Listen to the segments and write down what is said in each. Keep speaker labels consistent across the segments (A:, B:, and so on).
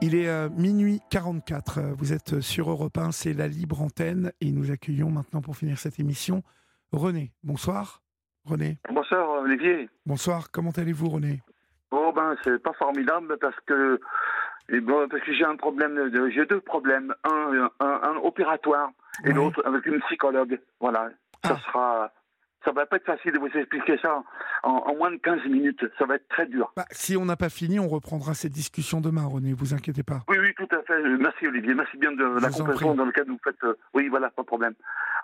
A: Il est euh, minuit 44. euh, Vous êtes sur Europe 1, c'est la libre antenne. Et nous accueillons maintenant pour finir cette émission René. Bonsoir. René.
B: Bonsoir Olivier.
A: Bonsoir. Comment allez-vous, René
B: Bon ben c'est pas formidable parce que eh ben, parce que j'ai un problème de j'ai deux problèmes un un, un opératoire et
A: Ouais.
B: l'autre avec une psychologue voilà
A: Ah.
B: ça sera ça va pas être facile de vous expliquer ça en, en moins de 15 minutes ça va être très dur
A: Bah, Si on n'a pas fini, on reprendra cette discussion demain, René. Vous inquiétez pas.
B: oui oui tout à fait Euh, merci Olivier merci bien de la
A: vous en
B: compréhension
A: prie.
B: dans laquelle vous faites euh, oui voilà pas de problème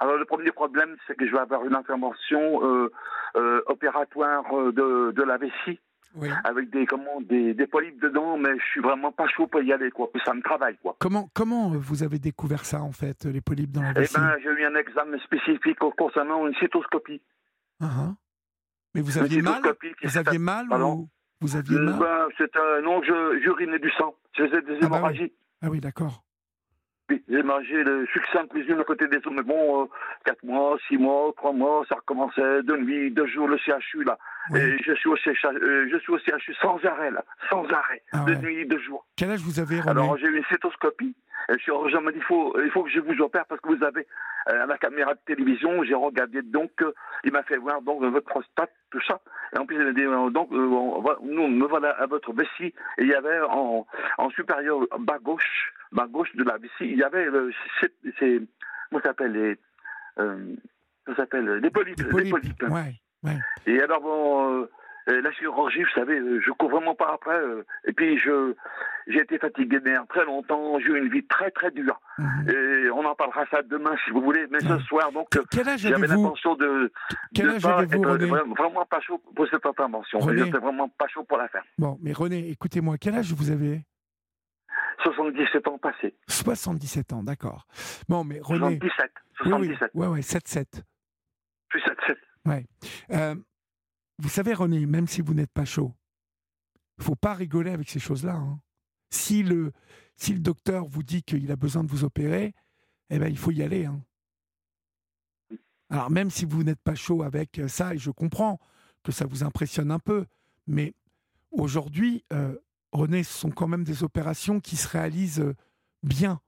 B: alors le premier problème c'est que je vais avoir une intervention euh, euh, opératoire euh, de de la vessie
A: Oui.
B: avec des comment des, des polypes dedans, mais je suis vraiment pas chaud pour y aller quoi. Ça me travaille quoi.
A: Comment, comment euh, vous avez découvert ça, en fait, les polypes dans la
B: Eh
A: vessie
B: ben, j'ai eu un examen spécifique concernant une cytoscopie.
A: Ah, ah. Mais vous
B: Une
A: aviez mal
B: cytoscopie qui
A: Vous
B: s'est-
A: aviez mal
B: Pardon
A: ou vous aviez
B: Euh,
A: mal
B: ben, c'est un non, je j'urinais du sang. Je faisais des
A: bah
B: hémorragies.
A: Ah oui, d'accord.
B: Oui, J'ai mangé le succinct les unes à côté des autres, mais bon, euh, quatre mois, six mois, trois mois, ça recommençait, deux nuits, deux jours, le CHU, là.
A: Oui.
B: Et je suis, au CHU, euh, je suis au CHU sans arrêt, là, sans arrêt,
A: Ah
B: deux
A: ouais.
B: nuits, deux jours.
A: Quel âge vous avez, René
B: Alors j'ai eu une cétoscopie. Et le chirurgien m'a dit il faut, il faut que je vous opère parce que vous avez euh, la caméra de télévision. J'ai regardé donc, euh, il m'a fait voir donc euh, votre prostate, tout ça. Et en plus il m'a dit euh, donc euh, on va- nous me voilà à votre vessie et il y avait en, en supérieur bas gauche, bas gauche de la vessie, il y avait le, c'est, c'est- comment ça s'appelle les euh, ça s'appelle des polypes,
A: Les
B: des
A: polypes.
B: polypes.
A: Ouais, ouais.
B: Et alors, bon, euh, euh, la chirurgie, vous savez, euh, je cours vraiment pas après. euh, et puis, je, j'ai été fatigué d'air très longtemps. J'ai eu une vie très, très dure.
A: Mhm.
B: Et on en parlera ça demain, si vous voulez. Mais ce
A: Ouais.
B: soir, donc, euh,
A: Quel âge
B: j'avais
A: avez-vous
B: l'intention de,
A: Quel
B: de
A: âge
B: pas
A: avez-vous,
B: être
A: René
B: vraiment, vraiment pas chaud pour cette intervention.
A: René.
B: J'étais vraiment pas chaud pour la faire.
A: Bon, mais René, écoutez-moi, quel âge vous avez
B: 77 ans passés.
A: 77 ans, d'accord. Bon, mais René.
B: 77.
A: Oui, oui,
B: 77.
A: ouais, ouais, 7-7.
B: Je suis 77.
A: Euh, vous savez, René, même si vous n'êtes pas chaud, faut pas rigoler avec ces choses-là. hein. Si, le, si le docteur vous dit qu'il a besoin de vous opérer, eh ben, il faut y aller. hein. Alors, même si vous n'êtes pas chaud avec euh, ça, et je comprends que ça vous impressionne un peu, mais aujourd'hui, euh, René, ce sont quand même des opérations qui se réalisent euh, bien.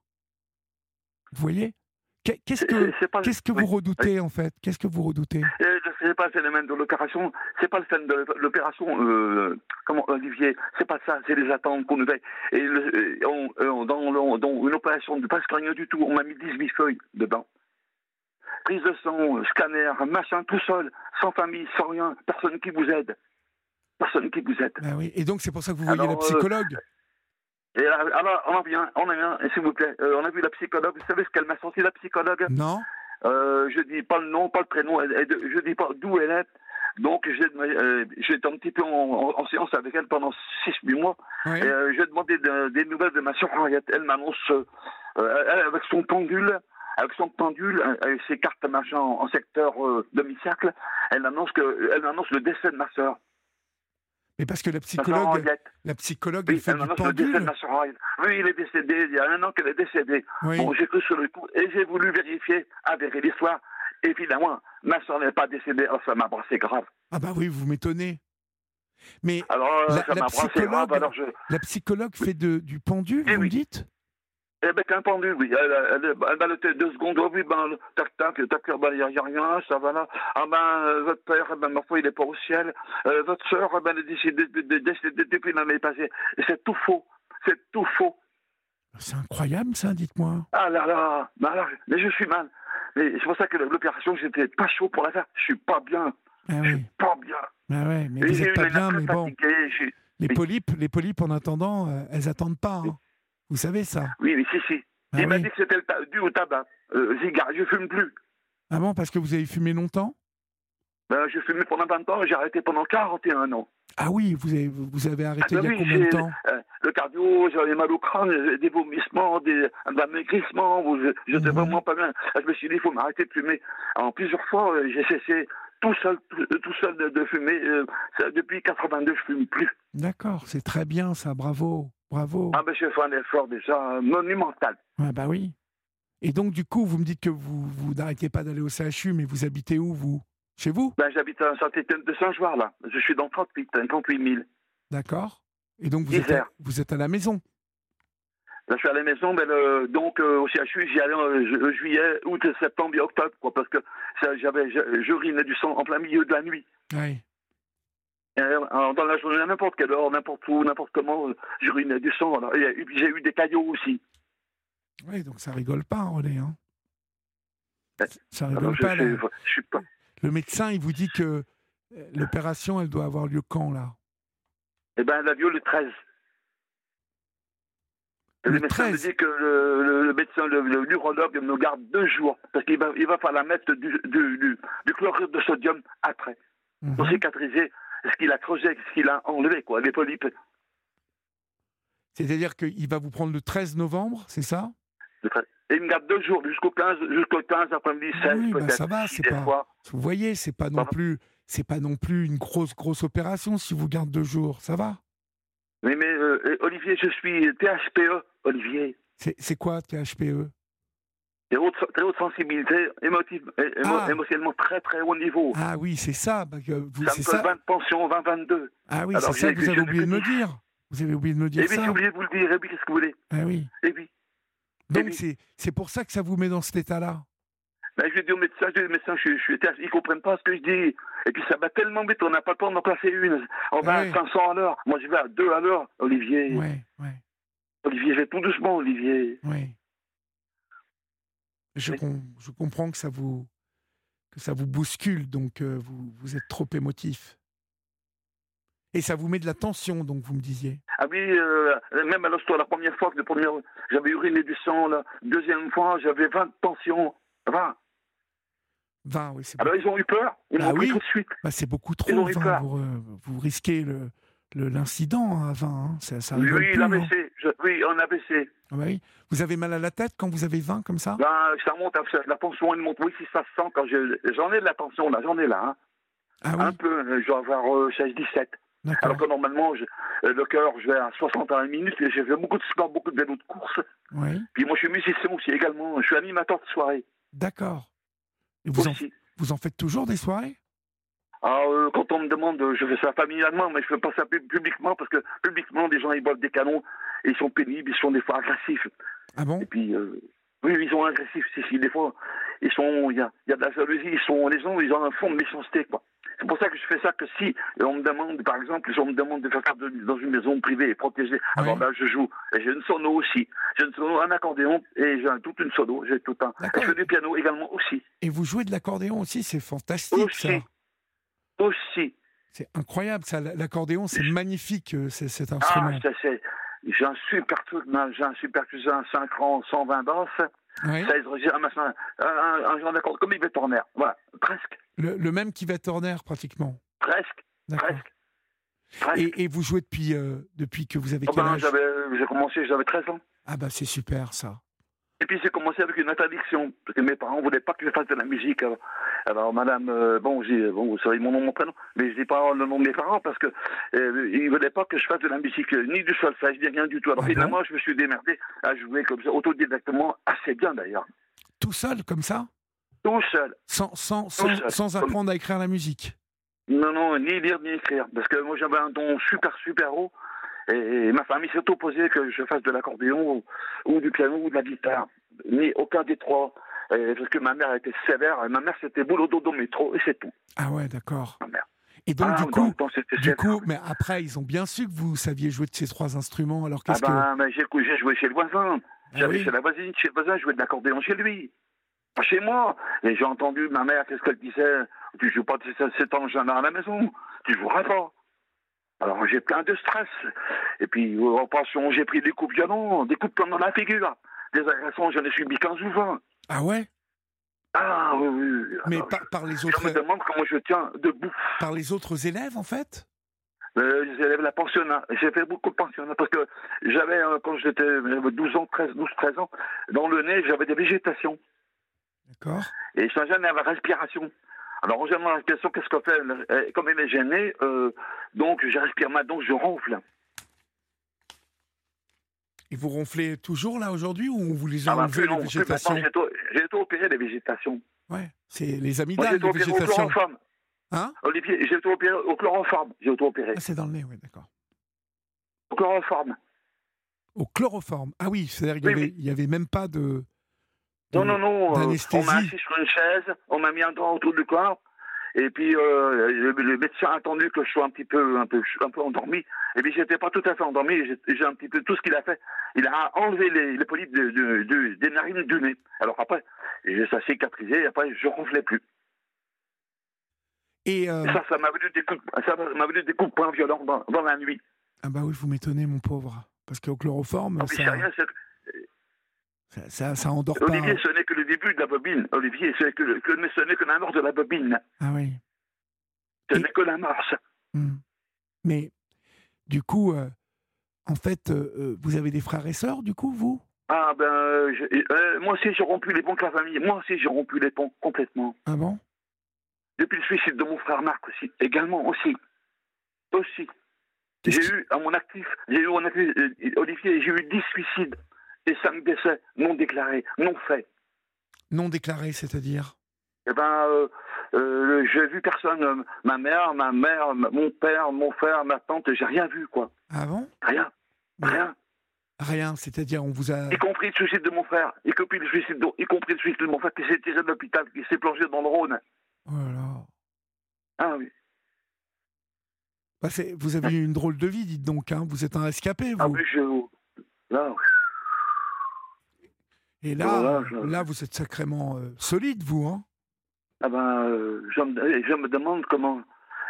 A: Vous voyez Qu'est- Qu'est-ce que,
B: C'est- c'est pas-
A: qu'est-ce que
B: oui.
A: vous redoutez, en fait Qu'est-ce que vous redoutez
B: Euh, C'est pas le phénomène de l'opération, c'est pas le phénomène de l'opération, euh, comment Olivier, c'est pas ça, c'est les attentes qu'on nous paye. Et le- euh, on- euh, on- dans, le- dans une opération de presque rien du tout, on m'a mis 18 feuilles dedans. Prise de sang, euh, scanner, machin, tout seul, sans famille, sans rien, personne qui vous aide. Personne qui vous aide.
A: Ben oui. Et donc, c'est pour ça que vous voyez
B: Alors,
A: la
B: euh,
A: psychologue.
B: Et là, alors, on en vient, on en vient, et s'il vous plaît, euh, on a vu la psychologue, vous savez ce qu'elle m'a sorti, la psychologue
A: Non
B: Euh, je dis pas le nom, pas le prénom, elle- elle- je dis pas d'où elle est. Donc j'ai demandé- euh, j'étais un petit peu en, en- en séance avec elle pendant 6-8 mois.
A: Ouais.
B: Et, euh, j'ai demandé de- des nouvelles de ma sœur Henriette. Elle m'annonce, euh, euh, elle, avec son pendule, avec son pendule, euh, avec ses cartes machin en, en secteur euh, demi-cercle, elle annonce que, elle annonce le décès de ma sœur.
A: Mais parce que la
B: Ma sœur
A: psychologue,
B: Henriette.
A: la psychologue, elle
B: Oui,
A: fait
B: elle
A: du
B: annonce le décès de
A: pendule.
B: ma sœur Henriette. Oui, il est décédé. Il y a un an qu'elle est décédée.
A: Oui.
B: Bon, j'ai cru sur le coup et j'ai voulu vérifier, avérer l'histoire. Évidemment, ma soeur n'est pas décédée. Alors, ça m'a brassé grave.
A: Ah bah oui, vous m'étonnez. Mais
B: Alors, euh,
A: La-
B: ça
A: la
B: m'a brassé grave.
A: psychologue-
B: Alors, je.
A: la psychologue fait de, du pendule,
B: Eh
A: vous
B: oui.
A: me dites
B: Eh ben, qu'un pendu, oui. Elle, elle, elle, elle balotait deux secondes. Oh oui, ben, le- tac, tac, tac, il ben, n'y a, y a rien, ça va là. Ah ben, euh, votre père, eh ben, ma foi, il est pas au ciel. Euh, votre soeur, ben, elle est décédée de- de- décédée depuis l'année passée. Et C'est tout faux. C'est tout faux.
A: C'est incroyable ça, dites-moi.
B: Ah là là, mais, alors, mais je suis mal. Mais c'est pour ça que l'opération, j'étais pas chaud pour la faire. Je suis pas bien.
A: Ah
B: Je
A: oui,
B: suis pas bien.
A: ah ouais, mais
B: Et
A: vous
B: j'ai eu
A: n'êtes pas
B: une
A: bien,
B: très
A: mais bon.
B: fatiguée, j'ai-
A: Les
B: Oui.
A: polypes, les polypes en attendant, euh, elles attendent pas. hein. Vous savez ça
B: Oui, mais si, si.
A: Ah
B: il m'a
A: oui.
B: dit que c'était le ta- dû au tabac. Euh, cigare, je fume plus.
A: Ah bon, parce que vous avez fumé longtemps
B: Ben, je fumais pendant 20 ans et j'ai arrêté pendant 41 ans.
A: Ah oui, vous avez, vous avez arrêté il
B: Ah
A: y
B: ben
A: a
B: oui,
A: combien de
B: j'ai-
A: temps
B: Euh, le cardio, j'avais mal au crâne, j'avais des vomissements, des, un amaigrissement. vous- je- J'étais
A: Mhm.
B: vraiment pas bien. Je me suis dit, il faut m'arrêter de fumer. En plusieurs fois, euh, j'ai cessé tout seul, tout, euh, tout seul de, de fumer. Euh, ça, depuis 82, je fume plus.
A: D'accord, c'est très bien ça, bravo, bravo.
B: Ah ben, j'ai fait un effort déjà euh, monumental.
A: Ah bah oui. Et donc du coup, vous me dites que vous, vous n'arrêtez pas d'aller au CHU, mais vous habitez où vous Chez vous
B: Ben, j'habite à Saint-Étienne de Saint-Joire, là. Je suis dans 38, 38 000.
A: D'accord. Et donc vous êtes, à,
B: Isère.
A: vous êtes à la maison.
B: Là, je suis à la maison, mais le- donc euh, au CHU, j'y allais en ju- juillet, août, septembre et octobre, quoi, parce que ça, j'avais, je- j'urinais du sang en plein milieu de la nuit.
A: Ouais.
B: Et, euh, alors, dans la journée, à n'importe quelle heure, n'importe où, n'importe comment, euh, j'urinais du sang. alors. Et, et puis, j'ai eu des caillots aussi.
A: Ouais, donc ça rigole pas, hein, René. hein.
B: Ouais.
A: Ça rigole
B: Alors, Euh, je,
A: Ah, pas. là.
B: je- je suis pas.
A: Le médecin, il vous dit que euh, l'opération, elle doit avoir lieu quand, là
B: Eh ben, elle a lieu le 13.
A: Le
B: médecin
A: 13.
B: me dit que le, le- le médecin, le, le neurologue me garde deux jours parce qu'il va, il va falloir mettre du, du, du, du chlorure de sodium après
A: Mhm.
B: pour cicatriser ce qu'il a creusé, ce qu'il a enlevé, quoi, les polypes.
A: C'est-à-dire qu'il va vous prendre le 13 novembre, c'est ça
B: Le 13. Et il me garde deux jours jusqu'au 15, jusqu'au 15 après-midi, 16
A: Oui, bah,
B: peut-être.
A: ça va, c'est
B: des
A: pas-
B: fois.
A: Vous voyez, c'est pas non
B: Pardon
A: plus, c'est pas non plus une grosse grosse opération si vous gardez deux jours, ça va
B: Mais, mais euh, euh, Olivier, je suis THPE, E, Olivier.
A: C'est c'est quoi THPE
B: Très haute, très haute sensibilité, émotive, é- émo-
A: Ah.
B: émotionnellement très très haut niveau.
A: Ah oui, c'est ça. bah, que vous-
B: Oh. ça
A: c'est
B: me colle
A: ça.
B: 20 pensions, 20, 22.
A: Ah oui,
B: Alors,
A: c'est ça
B: j'ai-
A: que vous
B: j'ai
A: avez oublié de me
B: l'objectif.
A: dire. Vous avez oublié de me
B: Et
A: dire
B: puis, Eh j'ai
A: ça.
B: oublié de vous le dire. Et puis, qu'est-ce que vous voulez Eh
A: Ah oui.
B: Et puis,
A: Donc
B: oui.
A: c'est c'est pour ça que ça vous met dans cet état-là.
B: ben, je lui ai dit au médecin, je lui ai dit, médecin, je, suis- je suis TH, E, ils comprennent pas ce que je dis. Et puis, ça va tellement vite, on n'a pas le temps d'en placer une. On va
A: Ouais.
B: à 500 à l'heure. Moi, je vais à 2 à l'heure. Olivier,
A: Ouais, ouais,
B: Olivier, je vais tout doucement, Olivier.
A: ouais. Je,
B: Oui.
A: com- je comprends que ça vous que ça vous bouscule, donc euh, vous vous êtes trop émotif. Et ça vous met de la tension, donc vous me disiez.
B: Ah oui, euh, même à l'hosto, la première fois, que le premier, j'avais uriné du sang, la deuxième fois, j'avais 20 pensions. 20.
A: 20, oui, c'est
B: Alors, Ah ben, ils ont eu peur. Ils
A: Bah
B: m'ont pris
A: oui.
B: tout de suite.
A: Bah, c'est beaucoup trop.
B: Ils ont eu
A: 20,
B: peur.
A: vous, euh, vous risquez le- le- l'incident hein, à 20. hein. Ça, ça
B: Oui,
A: rigole plus, hein.
B: l'ABC. Je- Oui, en ABC.
A: Ah bah oui. Vous avez mal à la tête quand vous avez 20 comme ça
B: Ben, ça monte, hein, la pension, elle monte. Oui, si ça se sent, quand je- j'en ai de la pension, là, j'en ai là. hein.
A: Ah
B: Un
A: oui, Ah
B: peu, euh, je dois avoir 16-17. Alors
A: d'accord.
B: que normalement, je- euh, le cœur, je vais à 60 à 1 minute, et j'ai fait beaucoup de sport, beaucoup de vélo de course.
A: Oui,
B: Puis moi, je suis musicien aussi également, je suis animateur de soirée
A: d'accord. Et vous en,
B: aussi.
A: vous en faites toujours des soirées
B: Alors, euh, quand on me demande, euh, je fais ça familialement, mais je fais pas ça pub- publiquement, parce que publiquement, des gens, ils boivent des canons, et ils sont pénibles, ils sont des fois agressifs.
A: Ah bon
B: Et puis, euh, oui, ils sont agressifs, si, si, des fois, ils sont, il y a, il y a de la jalousie, ils sont, les gens, ils ont un fond de méchanceté, quoi. C'est pour ça que je fais ça que si on me demande, par exemple, si on me demande de faire ça de- dans une maison privée et protégée, alors
A: Ouais.
B: là, je joue. Et j'ai une sono aussi. J'ai une sono, un accordéon et j'ai un- toute une sono. J'ai tout un. Et
A: D'accord.
B: je fais du piano également aussi.
A: Et vous jouez de l'accordéon aussi, c'est fantastique ça.
B: Aussi. Aussi.
A: C'est incroyable ça. L- L'accordéon, c'est magnifique euh, c'est- cet
B: Ah,
A: instrument.
B: ça c'est. J'ai un super truc, man. j'ai un super cousin, 5 ans, 120 danses,
A: Oui.
B: 16 registres, un, machin, un, un, un genre d'accord, comme il va tourner. Voilà, presque,
A: Le, le même qui va tourner pratiquement.
B: presque,
A: D'accord.
B: presque, presque.
A: Et, et vous jouez depuis, euh, depuis que vous avez
B: Oh
A: quel
B: ben,
A: âge
B: j'avais, j'ai commencé, j'avais 13 ans.
A: Ah bah c'est super ça.
B: Et puis j'ai commencé avec une interdiction, parce que mes parents voulaient pas que je fasse de la musique. Alors, alors, madame, euh, bon, j'ai, bon, vous savez mon nom, mon prénom, mais je dis pas le nom de mes parents parce que euh, ils voulaient pas que je fasse de la musique, euh, ni du solfège, ni rien du tout. Alors
A: Ah bon
B: finalement, je me suis démerdé à jouer comme ça, autodidactement, assez bien d'ailleurs.
A: Tout seul comme ça
B: Tout seul.
A: sans, sans, sans,
B: seul,
A: sans
B: comme-
A: apprendre à écrire la musique.
B: Non, non, ni lire, ni écrire. Parce que moi, j'avais un don super, super haut. Et, et ma famille s'est opposée que je fasse de l'accordéon ou, ou du piano ou de la guitare. Ni aucun des trois. Et parce que ma mère était sévère. Et ma mère, c'était boulot dodo métro. Et c'est tout.
A: Ah ouais, d'accord.
B: Ah, merde.
A: Et donc,
B: Ah,
A: du
B: dans
A: coup,
B: le temps, c'était
A: du
B: sévère.
A: coup, mais après, ils ont bien su que vous saviez jouer de ces trois instruments. Alors
B: Ah
A: qu'est-ce que.
B: ben, mais j'ai cou- j'ai joué chez le voisin.
A: Ah
B: J'avais
A: oui.
B: chez la voisine, chez le voisin, je jouais de l'accordéon chez lui. Pas Chez moi. Et j'ai entendu ma mère, qu'est-ce qu'elle disait Tu joues pas de cet- cet engin à la maison. Tu joueras pas. Alors j'ai plein de stress. Et puis euh, en pension, j'ai pris des coups violents, des coups de poing dans la figure. Des agressions, j'en ai subi 15 ou 20.
A: Ah ouais
B: Ah oui, oui.
A: Mais
B: Alors,
A: par, par les
B: je- je me
A: autres,
B: demande comment je tiens debout.
A: par les autres élèves, en fait
B: Euh, les élèves, la pensionnat. J'ai fait beaucoup de pensionnat parce que j'avais, euh, quand j'étais j'avais 12 ans, 13, 12, 13 ans, dans le nez, j'avais des végétations.
A: D'accord.
B: Et ça gêne la respiration. Alors, en gênant la respiration, qu'est-ce qu'on fait Euh, Comme elle est gênée, euh, donc je respire mal, donc je ronfle.
A: Et vous ronflez toujours là aujourd'hui ou on vous les a
B: Ah bah,
A: enlevés
B: plus
A: les
B: non, plus
A: végétations
B: maintenant, j'ai été- j'ai été opéré des végétations.
A: Ouais, c'est les
B: Moi, j'ai
A: amygdales,
B: été
A: les
B: opéré au
A: végétations.
B: chloroforme.
A: Hein
B: Olivier, j'ai été opéré au chloroforme. J'ai été opéré
A: Ah, c'est dans le nez, oui, d'accord.
B: au chloroforme.
A: Au chloroforme. Ah oui, c'est-à-dire qu'il n'y
B: Oui,
A: avait,
B: oui.
A: il y avait même pas de. de-
B: Non, non, non. euh, on
A: d'anesthésie.
B: m'a assis sur une chaise, on m'a mis un doigt autour du corps, et puis euh, le, le médecin a attendu que je sois un petit peu, un peu, un peu endormi. Et puis j'étais pas tout à fait endormi. j'ai- J'ai un petit peu tout ce qu'il a fait. Il a enlevé les, les polypes de- de- de- des narines du nez. Alors après, et ça cicatrisé. Et après, je ronflais plus.
A: Et. euh,
B: Et ça, ça m'a venu des coups, ça m'a venu des coups de poing violents dans, dans la nuit.
A: Ah bah oui, vous m'étonnez, mon pauvre. Parce qu'au chloroforme,
B: Ah oui, c'est
A: ça,
B: rien, c'est-
A: ça, ça, ça endort pas.
B: Olivier, ce n'est que le début de la bobine. Olivier, ce n'est que, le- que- mais ce n'est que la mort de la bobine.
A: Ah oui.
B: Ce
A: Et-
B: n'est que la marche.
A: Hmm. Mais du coup, euh, en fait, euh, euh, vous avez des frères et sœurs, du coup, vous
B: Ah ben, euh, je- euh, moi aussi j'ai rompu les ponts que la famille. Moi aussi j'ai rompu les ponts complètement.
A: Ah bon
B: Depuis le suicide de mon frère Marc aussi, également aussi, aussi.
A: Qu'est-ce
B: J'ai
A: qui-
B: eu à mon actif, j'ai eu en actif, euh, Olivier, j'ai eu 10 suicides et 5 décès non déclarés, non faits.
A: Non déclaré, c'est-à-dire
B: Eh ben, euh, euh, j'ai vu personne. euh, Ma mère, ma mère, ma- mon père, mon frère, ma tante, j'ai rien vu quoi.
A: Ah bon
B: Rien,
A: Mais
B: rien.
A: Rien, c'est-à-dire on vous a...
B: Y compris le suicide de mon frère, y compris le suicide de, y compris le suicide de mon frère qui s'est tiré de l'hôpital, qui s'est plongé dans le Rhône.
A: Oh là là.
B: Ah oui.
A: Bah, c'est- vous avez eu une drôle de vie, dites donc. hein. Vous êtes un rescapé, vous.
B: Ah oui, je. Là,
A: Et là,
B: Voilà,
A: euh,
B: Oh je-
A: là, vous êtes sacrément euh, solide, vous. Hein
B: ah ben, euh, je, me, je me demande comment,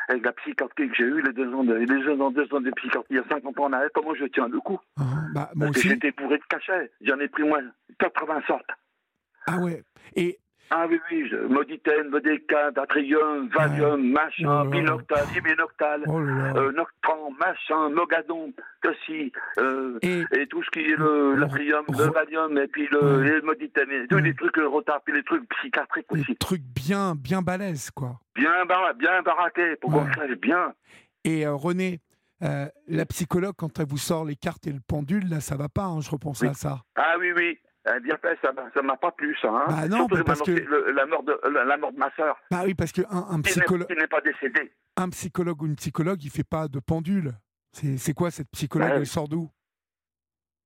B: avec la psychiatrie que j'ai eue, les deux ans de, les deux ans, deux ans de psychiatrie, il y a 50 ans en arrière, comment je tiens le coup
A: Hein, bah, moi
B: Parce que
A: aussi.
B: j'étais bourré de cachets. J'en ai pris moins 80 sortes.
A: Ah ouais. Et
B: Ah oui, oui, je, Moditaine, Modécane, Atrium, Valium,
A: Oh là
B: machin,
A: là.
B: Binoctal, Ibinoctal,
A: oh là là.
B: euh, Noctran, machin, Mogadon, Cossi, euh,
A: Et
B: et tout ce qui est le,
A: Re-
B: l'atrium,
A: re-
B: le valium, et puis le,
A: Ouais.
B: et le moditaine, et tous
A: Ouais.
B: les trucs, le retard, puis les trucs psychiatriques
A: des
B: aussi.
A: trucs bien, bien balèzes, quoi.
B: Bien, bar- bien baraté, pour qu'on
A: Ouais.
B: le sache bien.
A: Et euh, René, euh, la psychologue, quand elle vous sort les cartes et le pendule, là, ça va pas, hein, je repense
B: Oui.
A: à ça.
B: Ah oui, oui. Eh bien, fait, ça m'a- ça m'a pas plu, ça. Hein.
A: Bah non,
B: Surtout
A: mais parce
B: maintenant
A: que-
B: c'est le- la, mort de, la, la mort de ma sœur,
A: Bah oui, parce qu'un un un
B: qui n'est-
A: psycholo-
B: qui n'est pas décédée.
A: un psychologue ou une psychologue, il fait pas de pendule. C'est c'est quoi cette psychologue
B: Bah,
A: Elle sort d'où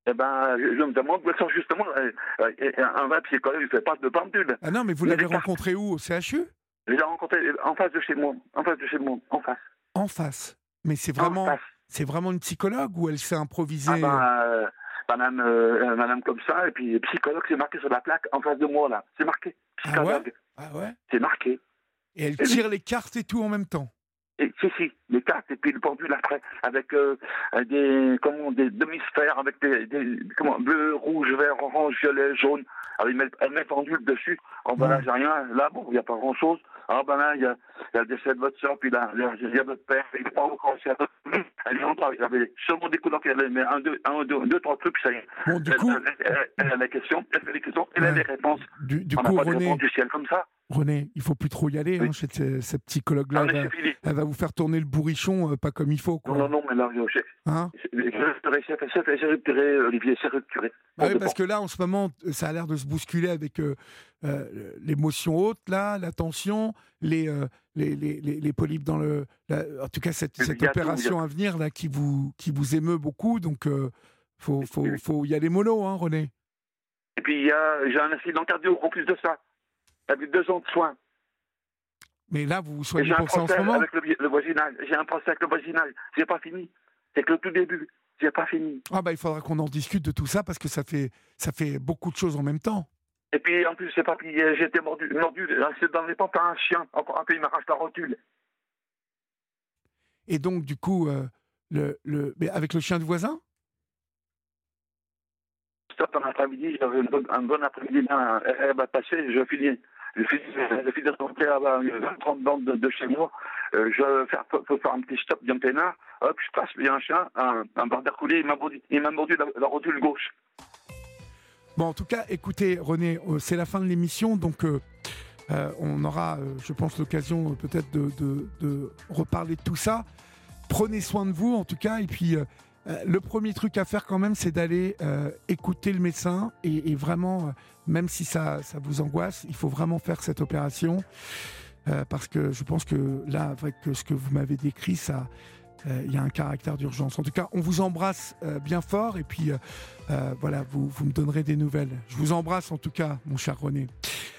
B: Eh ben, je, je me demande, où elle sort justement, euh, euh, un vrai psychologue, il fait pas de pendule.
A: Ah non, mais vous
B: Il y a
A: l'avez
B: des cartes.
A: rencontré où Au CHU
B: Je l'ai rencontré euh, en face de chez moi, en face de chez moi, en face.
A: En face. Mais c'est
B: en
A: vraiment,
B: face.
A: c'est vraiment une psychologue ou elle s'est improvisée
B: Ah ben, euh, madame, euh, euh, madame comme ça, et puis psychologue, c'est marqué sur la plaque en face de moi, là. C'est marqué.
A: Ah ouais
B: Psychologue,
A: Ah ouais
B: c'est marqué.
A: Et elle tire les cartes et tout en même temps.
B: Et si, si, les cartes, et puis le pendule après, avec euh, euh, des, comment, des demi-sphères, avec des, des comment, bleu, rouge, vert, orange, violet, jaune. Alors, ils mettent, elles mettent pendule dessus. Oh, ben là,
A: Ouais.
B: j'ai rien. Là, bon, il n'y a pas grand-chose. Ah, ben là, il y a, il y a le décès de votre soeur, puis là, il y a votre père, il prend encore, c'est à votre... Elle est encore, il y avait sûrement des couleurs qu'elle aimait, un, deux, un, deux, deux, trois trucs, ça y est.
A: Bon, du
B: Elle-
A: coup,
B: elle, elle- elle a la question, elle fait les questions, elle a
A: Ouais.
B: les réponses.
A: du, du
B: on n'a
A: coup
B: pas de
A: René,
B: réponse du ciel comme ça.
A: René, il faut plus trop y aller
B: Oui.
A: hein, chez ce- cette psychologue-là.
B: Non, mais
A: elle va-
B: c'est fini.
A: Elle va vous faire tourner le bourrichon euh, pas comme il faut,
B: Non,
A: quoi.
B: non, non, mais là, je-
A: Hein
B: C'est rupturé, c'est fait- c'est fait- c'est rupturé, euh, Olivier, c'est rupturé.
A: Bah
B: Bon,
A: oui,
B: c'est
A: parce
B: bon.
A: que là, en ce moment, t- ça a l'air de se bousculer avec euh, euh, l'émotion haute, là, la tension, les, euh, les, les, les- les polypes dans le. la- en tout cas, cette,
B: Il y
A: cette
B: a tout,
A: opération à venir, là, qui vous, qui vous émeut beaucoup. Donc, euh, faut, faut, faut y aller mollo, hein, René.
B: Et puis, il y a- j'ai un accident cardio en plus de ça. Avec deux ans de soins.
A: Mais là, vous vous
B: Et
A: soignez
B: J'ai un
A: pour ça en ce
B: procès
A: moment
B: avec le, vi- le voisinage. J'ai un procès avec le voisinage. C'est pas fini. C'est que le tout début. C'est pas fini.
A: Ah, bah, il faudra qu'on en discute de tout ça parce que ça fait, ça fait beaucoup de choses en même temps.
B: Et puis, en plus, c'est pas fini. J'étais mordu. mordu là, c'est dans les pentes à un chien. Encore un peu, il m'arrache la rotule.
A: Et donc, du coup, euh, le, le... mais avec le chien du voisin
B: Stop, un après-midi, j'avais une bonne- un bon après-midi. là, Elle elle m'a passé. Je finis. Je finis, je finis de rentrer à 20-30 bandes de, de chez moi. Euh, je vais faire, faut, faut faire un petit stop bien peinard. Hop, je passe, il y a un chien, un, un barbare coulé, il m'a mordu, il m'a mordu la, la rotule gauche.
A: Bon, en tout cas, écoutez, René, euh, c'est la fin de l'émission, donc euh, euh, on aura, euh, je pense, l'occasion euh, peut-être de, de- de reparler de tout ça. Prenez soin de vous, en tout cas, et puis euh, euh, le premier truc à faire quand même, c'est d'aller euh, écouter le médecin, et, et vraiment, euh, même si ça, ça vous angoisse, il faut vraiment faire cette opération, euh, parce que je pense que là, avec euh, ce que vous m'avez décrit, ça... euh, il y a un caractère d'urgence. En tout cas, on vous embrasse euh, bien fort et puis euh, euh, voilà, vous, vous me donnerez des nouvelles. Je vous embrasse en tout cas, mon cher René.